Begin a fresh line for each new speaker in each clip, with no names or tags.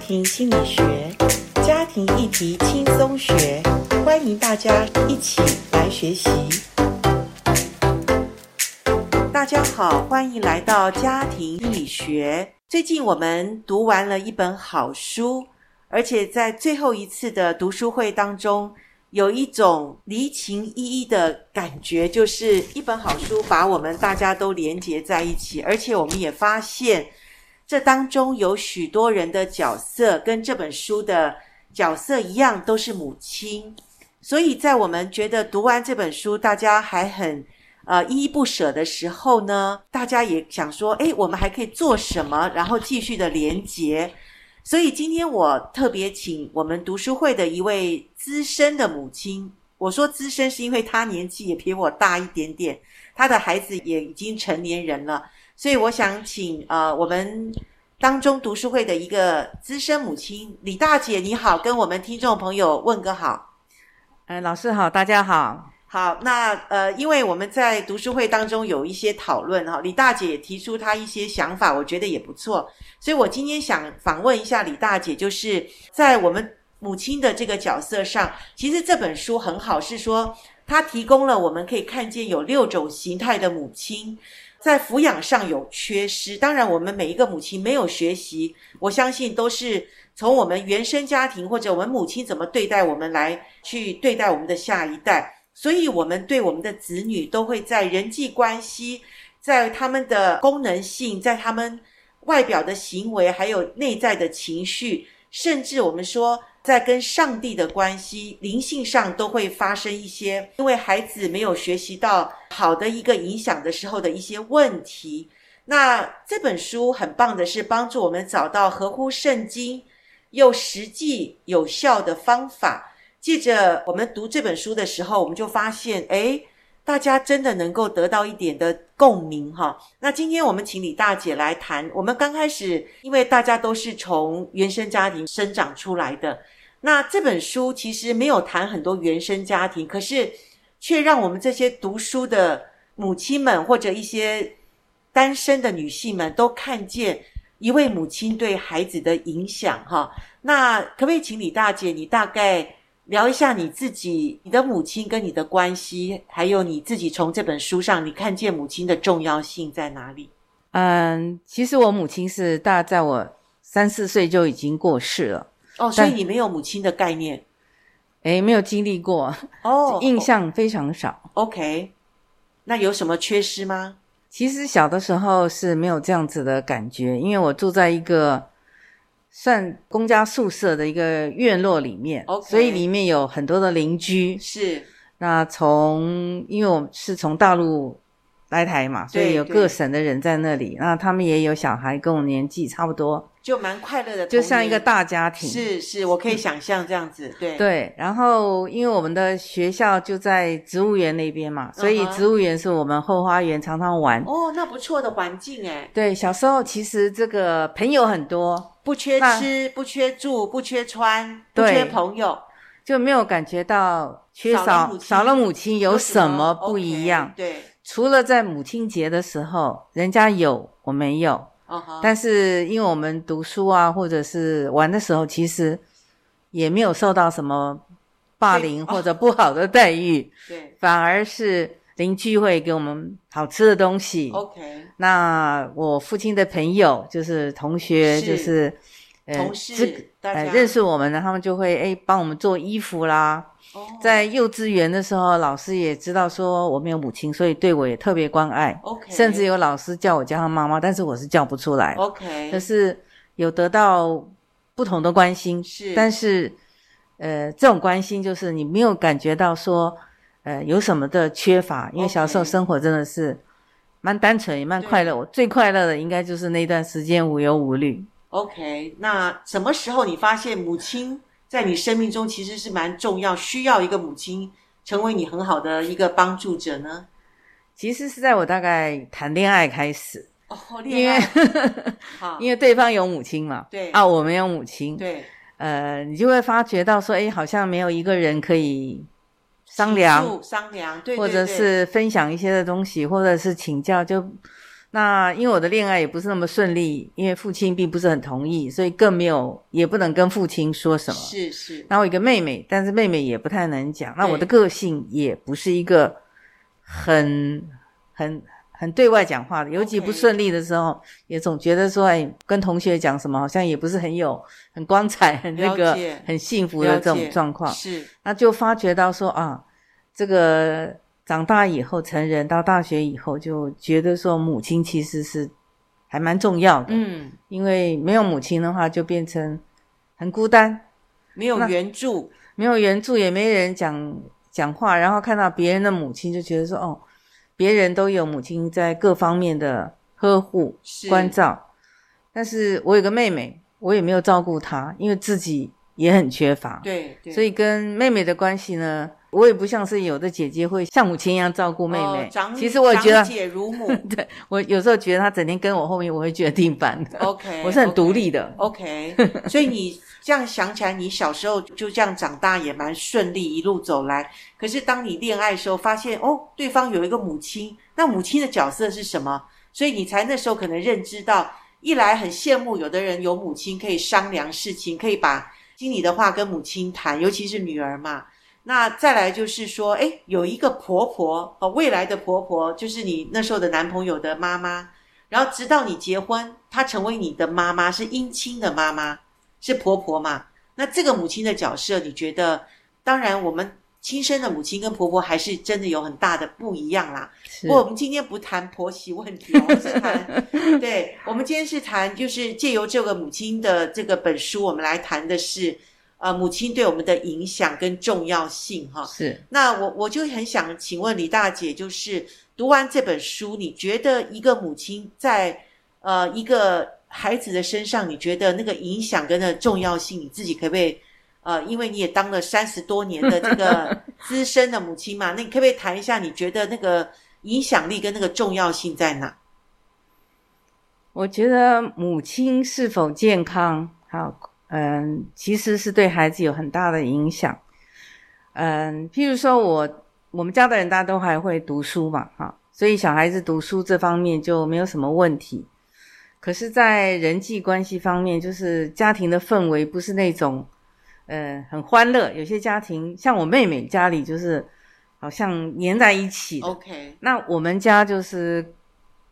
庭心理学，家庭议题轻松学，欢迎大家一起来学习。大家好，欢迎来到家庭心理学。最近我们读完了一本好书，而且在最后一次的读书会当中，有一种离情依依的感觉，就是一本好书把我们大家都连结在一起，而且我们也发现。这当中有许多人的角色跟这本书的角色一样，都是母亲。所以在我们觉得读完这本书，大家还很呃依依不舍的时候呢，大家也想说：哎，我们还可以做什么？然后继续的连结。所以今天我特别请我们读书会的一位资深的母亲，我说资深是因为她年纪也比我大一点点，她的孩子也已经成年人了。所以我想请呃，我们当中读书会的一个资深母亲李大姐，你好，跟我们听众朋友问个好。
呃，老师好，大家好。
好，那呃，因为我们在读书会当中有一些讨论哈，李大姐也提出她一些想法，我觉得也不错。所以我今天想访问一下李大姐，就是在我们母亲的这个角色上，其实这本书很好，是说它提供了我们可以看见有六种形态的母亲。在抚养上有缺失，当然我们每一个母亲没有学习，我相信都是从我们原生家庭或者我们母亲怎么对待我们来去对待我们的下一代，所以我们对我们的子女都会在人际关系、在他们的功能性、在他们外表的行为，还有内在的情绪，甚至我们说在跟上帝的关系、灵性上都会发生一些，因为孩子没有学习到。好的一个影响的时候的一些问题，那这本书很棒的是帮助我们找到合乎圣经又实际有效的方法。借着我们读这本书的时候，我们就发现，哎，大家真的能够得到一点的共鸣哈。那今天我们请李大姐来谈，我们刚开始因为大家都是从原生家庭生长出来的，那这本书其实没有谈很多原生家庭，可是。却让我们这些读书的母亲们，或者一些单身的女性们，都看见一位母亲对孩子的影响。哈，那可不可以请李大姐，你大概聊一下你自己、你的母亲跟你的关系，还有你自己从这本书上，你看见母亲的重要性在哪里？
嗯，其实我母亲是大在我三四岁就已经过世了。
哦，所以你没有母亲的概念。
诶，没有经历过哦， 印象非常少。
哦 OK，那有什么缺失吗？
其实小的时候是没有这样子的感觉，因为我住在一个算公家宿舍的一个院落里面
，OK，
所以里面有很多的邻居。
是，
那从因为我是从大陆来台嘛，所以有各省的人在那里，那他们也有小孩，跟我年纪差不多。
就蛮快乐的，
就像一个大家庭。
是是，我可以想象这样子，对
对。然后，因为我们的学校就在植物园那边嘛，所以植物园是我们后花园常常玩。
哦、uh -huh.，那不错的环境哎。
对，小时候其实这个朋友很多，
不缺吃，不缺住，不缺穿，不缺朋友，
就没有感觉到缺少少了母亲有什么不一样。
Okay, 对，
除了在母亲节的时候，人家有我没有。
啊
但是，因为我们读书啊，或者是玩的时候，其实也没有受到什么霸凌或者不好的待遇，
对，哦、对
反而是邻居会给我们好吃的东西。
OK，
那我父亲的朋友就是同学，
是
就是
呃同事，呃
认识我们呢，他们就会哎帮我们做衣服啦。
哦、
在幼稚园的时候，老师也知道说我没有母亲，所以对我也特别关爱。
OK，
甚至有老师叫我叫他妈妈，但是我是叫不出来。
OK，
可是有得到不同的关心，
是，
但是呃，这种关心就是你没有感觉到说呃有什么的缺乏，因为小时候生活真的是蛮单纯也蛮快乐。我最快乐的应该就是那段时间无忧无虑。
OK，那什么时候你发现母亲？在你生命中其实是蛮重要，需要一个母亲成为你很好的一个帮助者呢。
其实是在我大概谈恋爱开始，
哦， 恋爱，
因为因为对方有母亲嘛，
对
啊，我没有母亲，
对，
呃，你就会发觉到说，哎，好像没有一个人可以商量
商量，对,对,对，
或者是分享一些的东西，或者是请教，就那因为我的恋爱也不是那么顺利，因为父亲并不是很同意，所以更没有也不能跟父亲说什么。
是是，
那我有一个妹妹，但是妹妹也不太能讲。那我的
对
个性也不是一个很很很对外讲话的，尤其
OK
不顺利的时候也总觉得说，哎，跟同学讲什么好像也不是很有很光彩、很那
了
个
解
很幸福
了
的这
解
种状况。
是
那就发觉到说啊，这个长大以后，成人到大学以后，就觉得说母亲其实是还蛮重要的，
嗯，
因为没有母亲的话，就变成很孤单，
没有
那
援助，
没有援助，也没人讲讲话，然后看到别人的母亲，就觉得说哦，别哦人都有母亲在各方面的呵护
是
关照，但是我有个妹妹，我也没有照顾她，因为自己也很缺乏，
对对，
所
以
以跟妹妹的关系呢，我也不像是有的姐姐会像母亲一样照顾妹妹。
哦长
其实我也觉得
长，姐如 母
我有时候觉得她整天跟我后面，我会觉得挺烦 的。
，OK，
我是很独立的。
OK，所以你这样想起来，你小时候就这样长大也蛮顺利，一路走来。可是当你恋爱的时候，发现哦，对方有一个母亲，那母亲的角色是什么？所以你才那时候可能认知到，一来很羡慕有的人有母亲可以商量事情，可以把心里的话跟母亲谈，尤其是女儿嘛。那再来就是说，哎，有一个婆婆哦，未来的婆婆就是你那时候的男朋友的妈妈，然后直到你结婚，她成为你的妈妈，是姻亲的妈妈，是婆婆嘛？那这个母亲的角色，你觉得？当然，我们亲生的母亲跟婆婆还是真的有很大的不一样啦。
是
不过我们今天不谈婆媳问题，我们是谈，对，我们今天是谈，就是借由这个母亲的这个本书，我们来谈的是，呃，母亲对我们的影响跟重要性哈。
是，
那我我就很想请问李大姐，就是读完这本书，你觉得一个母亲在呃一个孩子的身上，你觉得那个影响跟那重要性，你自己可不可以呃，因为你也当了三十多年的这个 资深的母亲嘛，那你可不可以谈一下，你觉得那个影响力跟那个重要性在哪？
我觉得母亲是否健康，好，嗯，其实是对孩子有很大的影响。嗯，譬如说我我们家的人大家都还会读书嘛，哈，所以小孩子读书这方面就没有什么问题。可是，在人际关系方面，就是家庭的氛围不是那种，呃，很欢乐。有些家庭像我妹妹家里就是好像黏在一起的
OK，
那我们家就是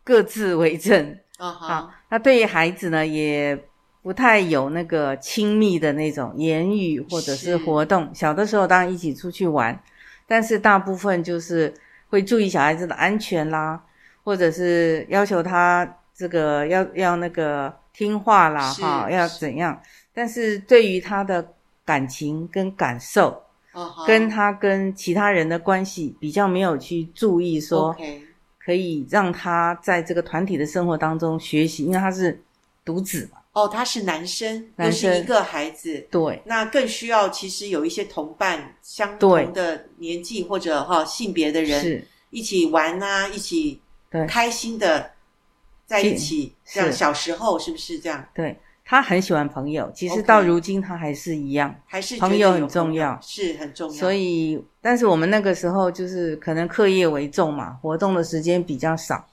各自为政，
啊
啊
哈，，
那对于孩子呢，也不太有那个亲密的那种言语或者
是
是活动。小的时候当然一起出去玩，但是大部分就是会注意小孩子的安全啦，或者是要求他这个要要那个听话啦，
是
哈，要
是
怎样？但是对于他的感情跟感受，
啊哈，
跟他跟其他人的关系比较没有去注意说。
OK，
可以让他在这个团体的生活当中学习，因为他是独子嘛。
哦，他是男生，又
男
是一
生
个孩子，
对，
那更需要其实有一些同伴，相
对
同的年纪或者哈、性别的人
是，
一起玩啊，一起
对
开心的在一起，
是
这样小时候是不是这样？
对他很喜欢朋友，其实
OK
到如今他还是一样。
还是觉得
朋友很
有
重要
是很重要，
所以，但是我们那个时候就是可能课业为重嘛，活动的时间比较少。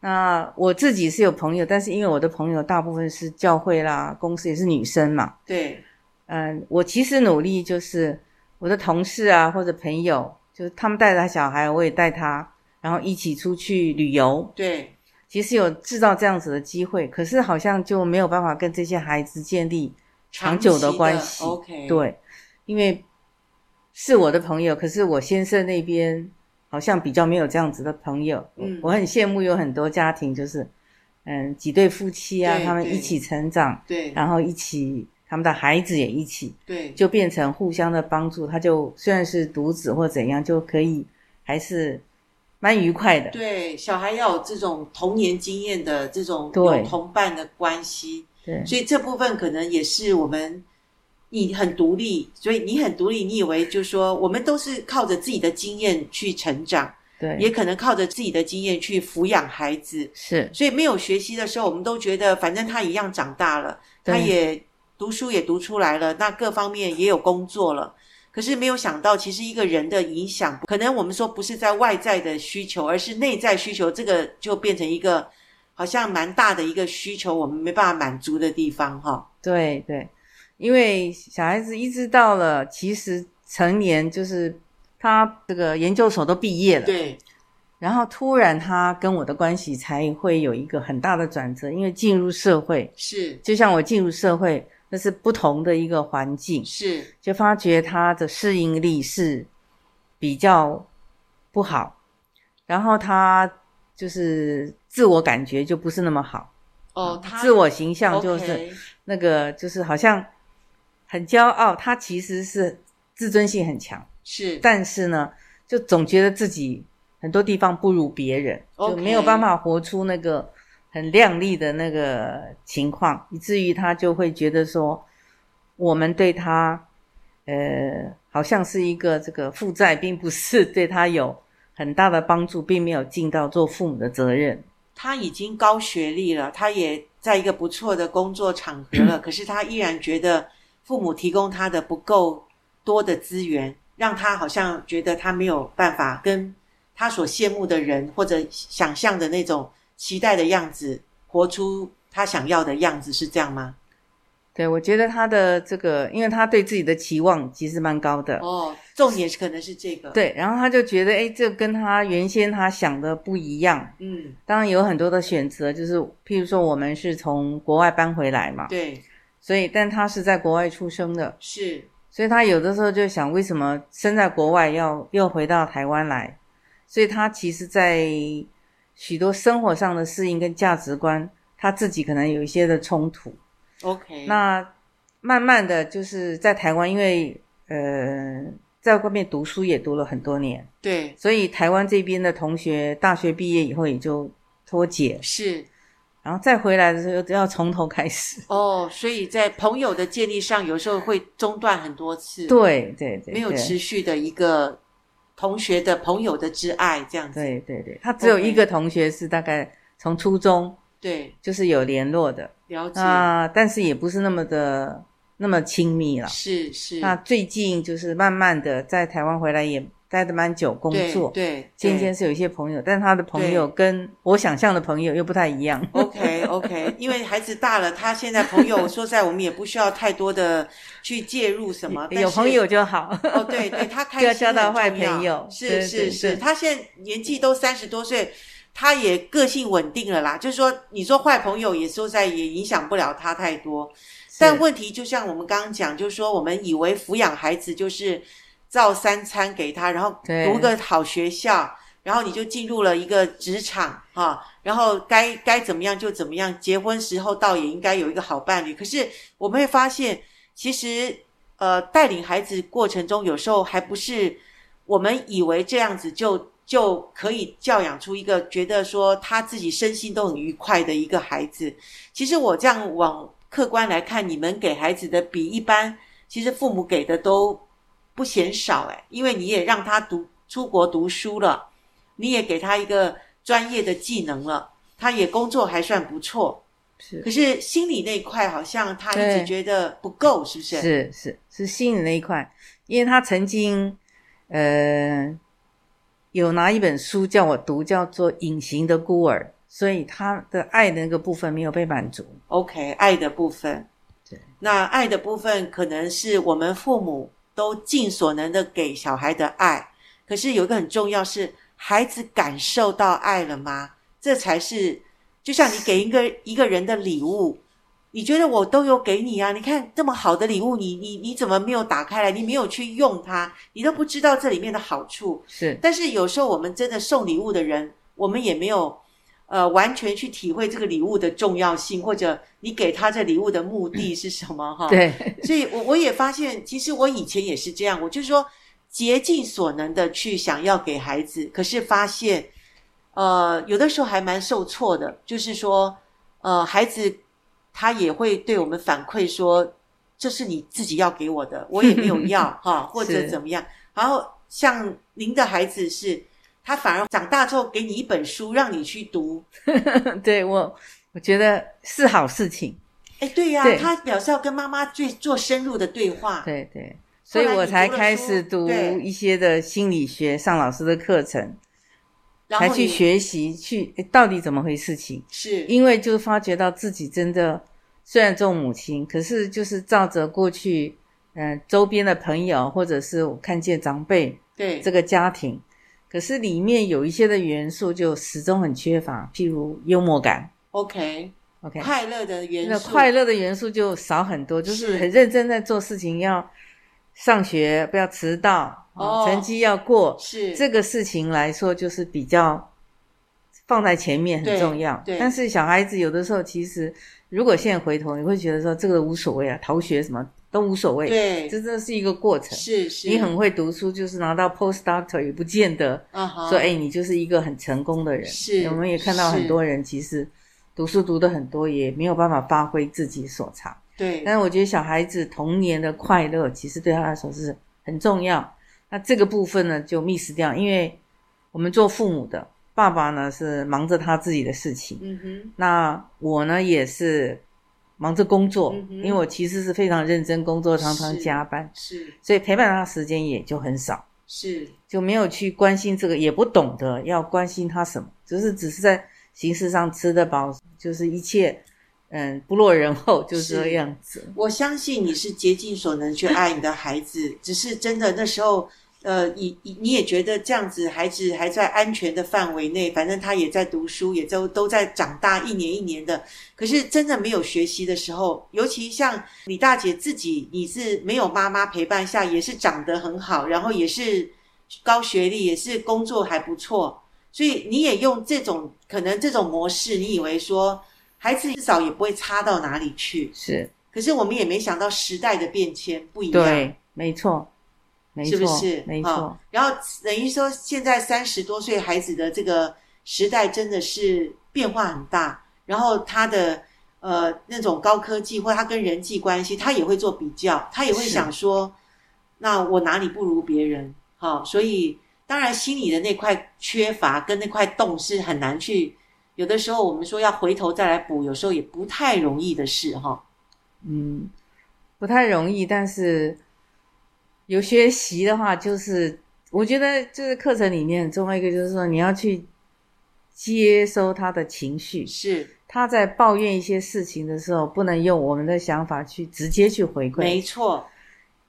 那我自己是有朋友，但是因为我的朋友大部分是教会啦，公司也是女生嘛。
对
嗯，我其实努力就是我的同事啊或者朋友，就是他们带着他小孩，我也带他，然后一起出去旅游。
对
其实有制造这样子的机会，可是好像就没有办法跟这些孩子建立长久
的
的关系。
OK，
对，因为是我的朋友，可是我先生那边好像比较没有这样子的朋友。
嗯
我很羡慕有很多家庭，就是嗯几对夫妻啊，
对
他们
对
一起成长，
对
然后一起他们的孩子也一起，
对
就变成互相的帮助。他就虽然是独子或怎样，就可以还是蛮愉快的。
对，小孩要有这种童年经验的这种
对
有同伴的关系，
对
所以这部分可能也是我们，你很独立，所以你很独立，你以为就是说我们都是靠着自己的经验去成长，
对，
也可能靠着自己的经验去抚养孩子，
是。
所以没有学习的时候，我们都觉得反正他一样长大了，
对
他也读书也读出来了，那各方面也有工作了。可是没有想到，其实一个人的影响，可能我们说不是在外在的需求，而是内在需求，这个就变成一个好像蛮大的一个需求，我们没办法满足的地方哈、
对对，因为小孩子一直到了其实成年，就是他这个研究所都毕业了，
对，
然后突然他跟我的关系才会有一个很大的转折，因为进入社会，
是
就像我进入社会，那是不同的一个环境，
是，
就发觉他的适应力是比较不好，然后他就是自我感觉就不是那么好，
哦，他
自我形象就是
OK，
那个就是好像很骄傲，他其实是自尊心很强，
是
但是呢，就总觉得自己很多地方不如别人，就
OK
没有办法活出那个很亮丽的那个情况，以至于他就会觉得说，我们对他，呃，好像是一个这个负债，并不是对他有很大的帮助，并没有尽到做父母的责任。
他已经高学历了，他也在一个不错的工作场合 了，可是他依然觉得父母提供他的不够多的资源，让他好像觉得他没有办法跟他所羡慕的人或者想象的那种期待的样子活出他想要的样子，是这样吗？
对，我觉得他的这个，因为他对自己的期望其实蛮高的，
哦，重点是可能是这个，，
对，然后他就觉得，哎，这跟他原先他想的不一样。
嗯，
当然有很多的选择，就是譬如说我们是从国外搬回来嘛，
对，
所以但他是在国外出生的，
是
所以他有的时候就想，为什么生在国外要又回到台湾来？所以他其实，在许多生活上的适应跟价值观，他自己可能有一些的冲突。
OK，
那慢慢的就是在台湾，因为呃，在外面读书也读了很多年，
对，
所以台湾这边的同学大学毕业以后也就脱节，
是
然后再回来的时候要从头开始。
哦，所以在朋友的建立上，有时候会中断很多次，
对对对，
没有
对
持续的一个同学的朋友的挚爱这样子。
对对对，他只有一个同学是大概从初中
对，
就是有联络的
了解，
啊、但是也不是那么的那么亲密了。
是是，
那最近就是慢慢的在台湾回来也待的蛮久，工
对
作
对，
渐渐是有一些朋友，但他的朋友跟我想象的朋友又不太一样。
OK OK，因为孩子大了，他现在朋友说实在我们也不需要太多的去介入什么，啊但
有
是
朋。友就好。
哦，对对， 他开
不
心
要交到
很重
坏
要
朋友
是
对
是
对
是，
对
他现在年纪都三十多岁，他也个性稳定了啦。就是说，你说坏朋友也说实在也影响不了他太多，但问题就像我们刚刚讲，就是说我们以为抚养孩子就是造三餐给他，然后
对
读个好学校，然后你就进入了一个职场啊，然后该该怎么样就怎么样，结婚时候倒也应该有一个好伴侣。可是我们会发现，其实呃，带领孩子过程中，有时候还不是我们以为这样子就。就可以教养出一个觉得说他自己身心都很愉快的一个孩子，其实我这样往客观来看，你们给孩子的比一般，其实父母给的都不嫌少哎，因为你也让他读出国读书了，你也给他一个专业的技能了，他也工作还算不错。
是
可是心理那一块好像他一直
对
觉得不够，是不是？
是是是心理那一块，因为他曾经呃有拿一本书叫我读，叫做《隐形的孤儿》，所以他的爱的那个部分没有被满足。
OK，爱的部分。
对，
那爱的部分可能是我们父母都尽所能的给小孩的爱，可是有一个很重要是，孩子感受到爱了吗？这才是，就像你给一个一个人的礼物，你觉得我都有给你啊？你看这么好的礼物，你你你怎么没有打开来？你没有去用它，你都不知道这里面的好处。
是
但是有时候我们真的送礼物的人，我们也没有呃完全去体会这个礼物的重要性，或者你给他这礼物的目的是什么哈？
嗯对
所以我我也发现，其实我以前也是这样，我就说竭尽所能的去想要给孩子，可是发现，呃，有的时候还蛮受挫的，就是说，呃，孩子他也会对我们反馈说，这是你自己要给我的，我也没有 要哈，或者
是
怎么样。然后像您的孩子是，他反而长大之后给你一本书让你去读，
对，我我觉得是好事情。
哎，对呀、
对
他表示要跟妈妈最做深入的对话，
对对，
后
所
来
以
你
我才
读了
开
书
始读
对
一些的心理学上老师的课程。
然
才
后
去
你
学习去诶到底怎么回事情，
是，
因为就发觉到自己真的虽然做母亲，可是就是照着过去，嗯、周边的朋友或者是我看见长辈
对，
这个家庭，可是里面有一些的元素就始终很缺乏，譬如幽默感
OK，
，OK，
快乐的元
那
素，
快乐的元素就少很多，就是
是
很认真在做事情，要上学不要迟到，
哦
啊成绩要过，
是
这个事情来说，就是比较放在前面很重要。
对对
但是小孩子有的时候，其实如果现在回头，你会觉得说这个无所谓啊，逃学什么都无所谓。，
对，
这真的是一个过程。
是是，
你很会读书，就是拿到 post doctor 也不见得
啊哈，
说，哎，你就是一个很成功的人。
是
我们也看到很多人其实读书读的很多，也没有办法发挥自己所长。
对，
但是我觉得小孩子童年的快乐，其实对他来说是很重要。那这个部分呢，就 miss 掉，因为我们做父母的，爸爸呢是忙着他自己的事情，
嗯哼，
那我呢也是忙着工作，
嗯哼
因为我其实是非常认真工作，常常
是
加班，
是
所以陪伴他的时间也就很少，
是
就没有去关心这个，也不懂得要关心他什么，就是只是在形式上吃得饱，就是一切，嗯，不落人后，就是这
是
样子。
我相信你是竭尽所能去爱你的孩子，只是真的那时候，呃，你你你也觉得这样子，孩子还在安全的范围内，反正他也在读书，也都都在长大，一年一年的。可是真的没有学习的时候，尤其像李大姐自己，你是没有妈妈陪伴下，也是长得很好，然后也是高学历，也是工作还不错，所以你也用这种可能这种模式，你以为说孩子至少也不会差到哪里去。
是，
可是我们也没想到时代的变迁不一样，
对，没错，没错，
是不是？
没
啊
错，
然后等于说，现在三十多岁孩子的这个时代真的是变化很大，然后他的呃那种高科技或他跟人际关系，他也会做比较，他也会
是
想说，那我哪里不如别人？好、所以当然心里的那块缺乏跟那块洞是很难去。有的时候我们说要回头再来补，有时候也不太容易的事哈、
嗯，不太容易，但是有学习的话，就是我觉得就是课程里面很重要一个，就是说你要去接收他的情绪，
是，
他在抱怨一些事情的时候，不能用我们的想法去直接去回
没
馈，
错，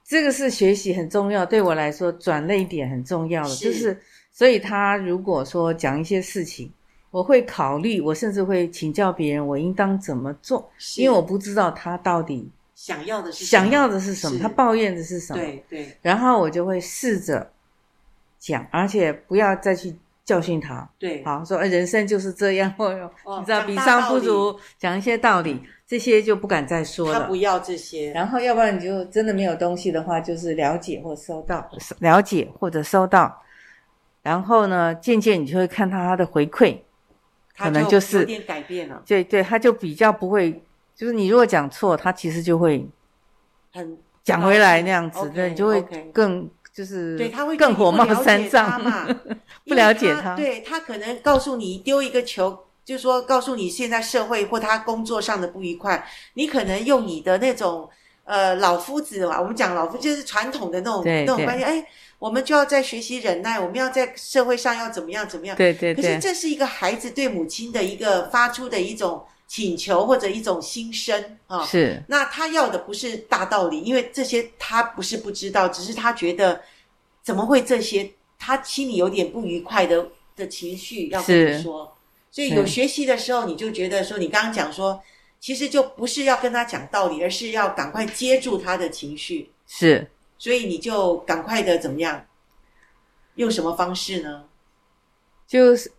这个是学习很重要，对我来说转泪点很重要的，
是
就是所以他如果说讲一些事情。我会考虑，我甚至会请教别人，我应当怎么做。
是
因为我不知道他到底
想要的是什么
想要的是什么，
是
他抱怨的是什么，
对对
然后我就会试着讲，而且不要再去教训他。
对，
好，说、哎人生就是这样， 或者
哦
你知道
讲
比
大
上
道
不
理嗯
足，讲一些道理，这些就不敢再说
他
了
不。要这些，
然后，要不然你就真的没有东西的话，就是了解或收到，了解或者收到。然后呢，渐渐你就会看到他的回馈，
他
可能就是
有点改变了，
对对，他就比较不会，就是你如果讲错，他其实就会
很
讲回来那样子
OK，，
那你就会
OK
更就是
对他会
更火冒三丈
不了解他嘛，
不了解
因为他，
他
对他可能告诉你丢一个球，就说告诉你现在社会或他工作上的不愉快，你可能用你的那种呃老夫子嘛，我们讲老夫就是传统的那种
对
那种
对
观念，哎，我们就要在学习忍耐，我们要在社会上要怎么样怎么样，
对对
可是
对，
这是一个孩子对母亲的一个发出的一种请求或者一种心声啊。
是
那他要的不是大道理，因为这些他不是不知道，只是他觉得怎么会这些，他心里有点不愉快的的情绪要跟你
是
说。所以有学习的时候，你就觉得说，你刚刚讲说，其实就不是要跟他讲道理，而是要赶快接住他的情绪，
是，
所以你就赶快的怎么样，用什么方式呢？
就是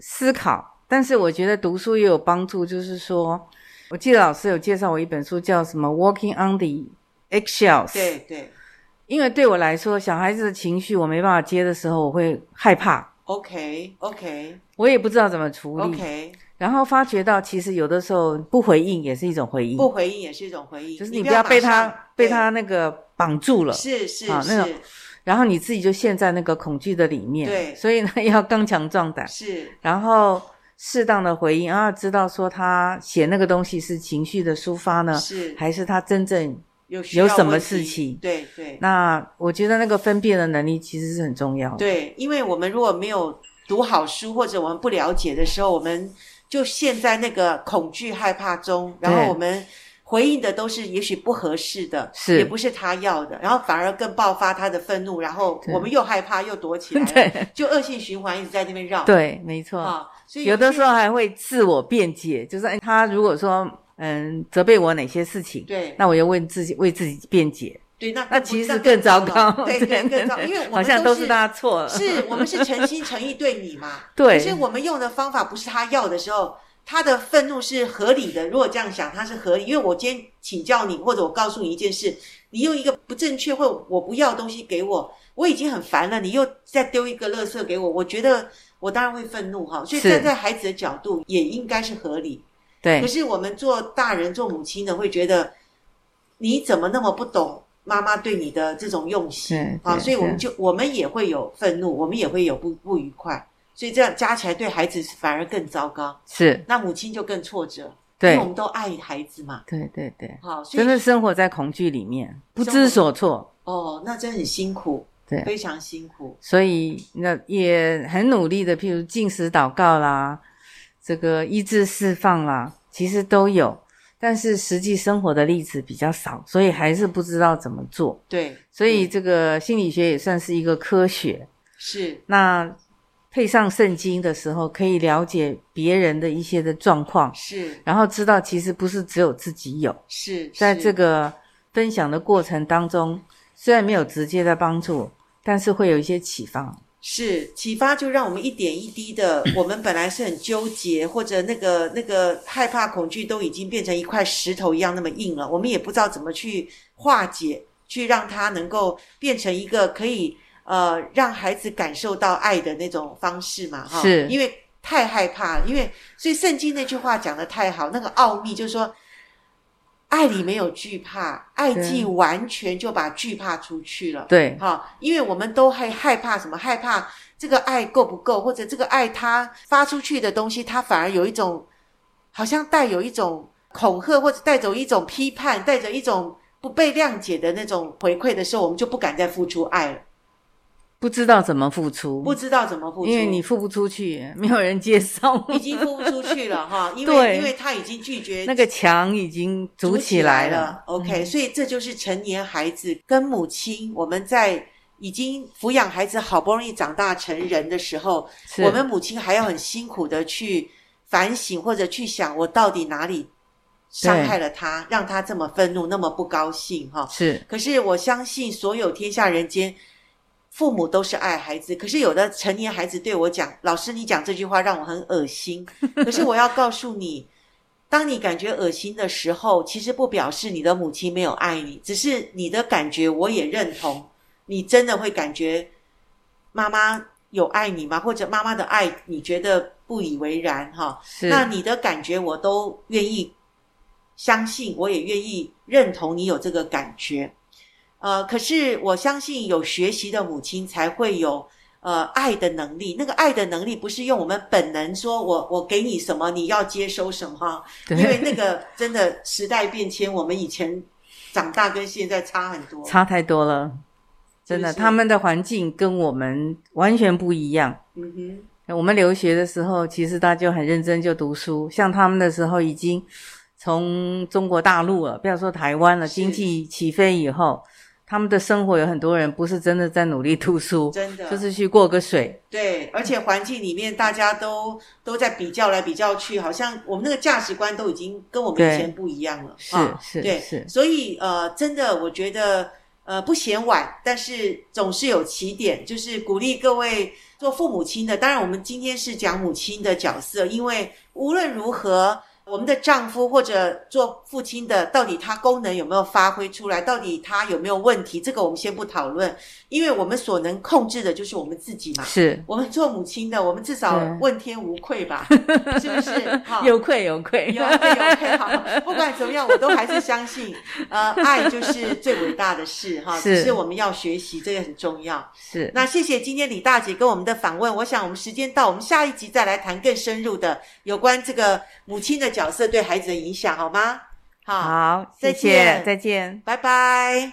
思考。但是我觉得读书也有帮助，就是说，我记得老师有介绍我一本书叫什么《Walking on the Eggshells》。，
对对
因为对我来说，小孩子的情绪我没办法接的时候，我会害怕，
，OK OK。
我也不知道怎么处理。
OK，
然后发觉到，其实有的时候不回应也是一种回应，
不回应也是一种回应，
就是你
不
不要被
马
他
上
被
对
他那个绑住了。
是是
啊
是
那种然后你自己就陷在那个恐惧的里面，
对
所以呢 要刚强壮胆，
是
然后适当的回应啊，知道说他写那个东西是情绪的抒发呢，
是
嗯还是他真正
有需
有
要
什么
问
事
题
情
对对
那我觉得那个分辨的能力其实是很重要的，
对，因为我们如果没有读好书或者我们不了解的时候，我们就陷在那个恐惧害怕中，然后
对
我们回应的都是也许不合适的，
是
也不是他要的，然后反而更爆发他的愤怒，然后
对
我们又害怕又躲起来了，
对
就恶性循环一直在那边绕。
对，没错。
啊，所以
有的
些
时候还会自我辩解，就是哎他如果说嗯责备我哪些事情，
对
那我又问自己为自己辩解，
对那
那
我
其
那
实更糟糕，
对对更糟，因为我
好
们
像
都
是他错了，，
是我们是诚心诚意对你嘛
对
可是我们用的方法不是他要的时候，他的愤怒是合理的。如果这样想，他是合理，因为我今天请教你，或者我告诉你一件事，你用一个不正确或我不要的东西给我，我已经很烦了，你又再丢一个垃圾给我，我觉得我当然会愤怒哈。所以
是
站在孩子的角度，也应该是合理。可
对
是我们做大人、做母亲的会觉得，你怎么那么不懂妈妈对你的这种用心
对
啊？
对
所以我们
对
就我们也会有愤怒，我们也会有不不愉快，所以这样加起来对孩子反而更糟糕。
是，
那母亲就更挫折，因
对
为我们都爱孩子嘛。
对对对，
好，所以
真的生活在恐惧里面，不
生活
知所措，
哦，那真的很辛苦，
对
非常辛苦。
所以那也很努力的，譬如进食祷告啦，这个医治释放啦，其实都有，但是实际生活的例子比较少，所以还是不知道怎么做。
对，
所以
嗯
这个心理学也算是一个科学。
是
那配上圣经的时候，可以了解别人的一些的状况，
是
然后知道其实不是只有自己有。
是，
在
是
这个分享的过程当中，虽然没有直接的帮助，但是会有一些启发。
是启发，就让我们一点一滴 的，我们本来是很纠结，或者那个那个害怕、恐惧都已经变成一块石头一样那么硬了，我们也不知道怎么去化解，去让它能够变成一个可以呃让孩子感受到爱的那种方式嘛，哈，
是
因为太害怕了，因为所以圣经那句话讲的太好，那个奥秘就是说。爱里没有惧怕，爱既
对
完全就把惧怕除去了。
对，
哈，因为我们都害害怕什么？害怕这个爱够不够，或者这个爱它发出去的东西，它反而有一种好像带有一种恐吓，或者带着一种批判，带着一种不被谅解的那种回馈的时候，我们就不敢再付出爱了，
不知道怎么付出，
不知道怎么付出，
因为你付不出去，没有人 接受，
已经付不出去了 哈，因为
对
因为他已经拒绝
那个墙已经
组
筑起来了。嗯
OK，、所以这就是成年孩子跟母亲，我们在已经抚养孩子好不容易长大成人的时候，
是
我们母亲还要很辛苦的去反省或者去想，我到底哪里伤害了他，让他这么愤怒，那么不高兴哈、
是
可是我相信，所有天下人间，父母都是爱孩子。可是有的成年孩子对我讲：“老师，你讲这句话让我很恶心。”可是我要告诉你，当你感觉恶心的时候，其实不表示你的母亲没有爱你，只是你的感觉我也认同。你真的会感觉妈妈有爱你吗？或者妈妈的爱你觉得不以为然哈？
是，
那你的感觉我都愿意相信，我也愿意认同你有这个感觉。呃，可是我相信有学习的母亲才会有呃爱的能力。那个爱的能力不是用我们本能说我我给你什么，你要接收什么，因为
对
那个真的时代变迁，我们以前长大跟现在差很多。
差太多了，真的，
就是
他们的环境跟我们完全不一样。
嗯哼，
我们留学的时候，其实大家就很认真就读书，像他们的时候已经从中国大陆了，不要说台湾了，
是
经济起飞以后，他们的生活有很多人不是真的在努力读书，
真的
就是去过个水，
对，而
嗯
且环境里面大家都都在比较来比较去，好像我们那个价值观都已经跟我们以
对
前不一样了。
是
啊
是
对
是
所以呃，真的我觉得呃不嫌晚，但是总是有起点，就是鼓励各位做父母亲的。当然，我们今天是讲母亲的角色，因为无论如何。我们的丈夫或者做父亲的，到底他功能有没有发挥出来？到底他有没有问题？这个我们先不讨论，因为我们所能控制的就是我们自己嘛。
是
我们做母亲的，我们至少
对
问天无愧 吧，是不是？哈，
有愧有愧，
有啊对有愧好，不管怎么样，我都还是相信，呃，爱就是最伟大的事哈，
是
只是我们要学习，这个很重要。
是
那谢谢今天李大姐跟我们的访问，我想我们时间到，我们下一集再来谈更深入的有关这个母亲的角色对孩子的影响，好吗？好，
好，谢
再见
谢，再见。
拜拜。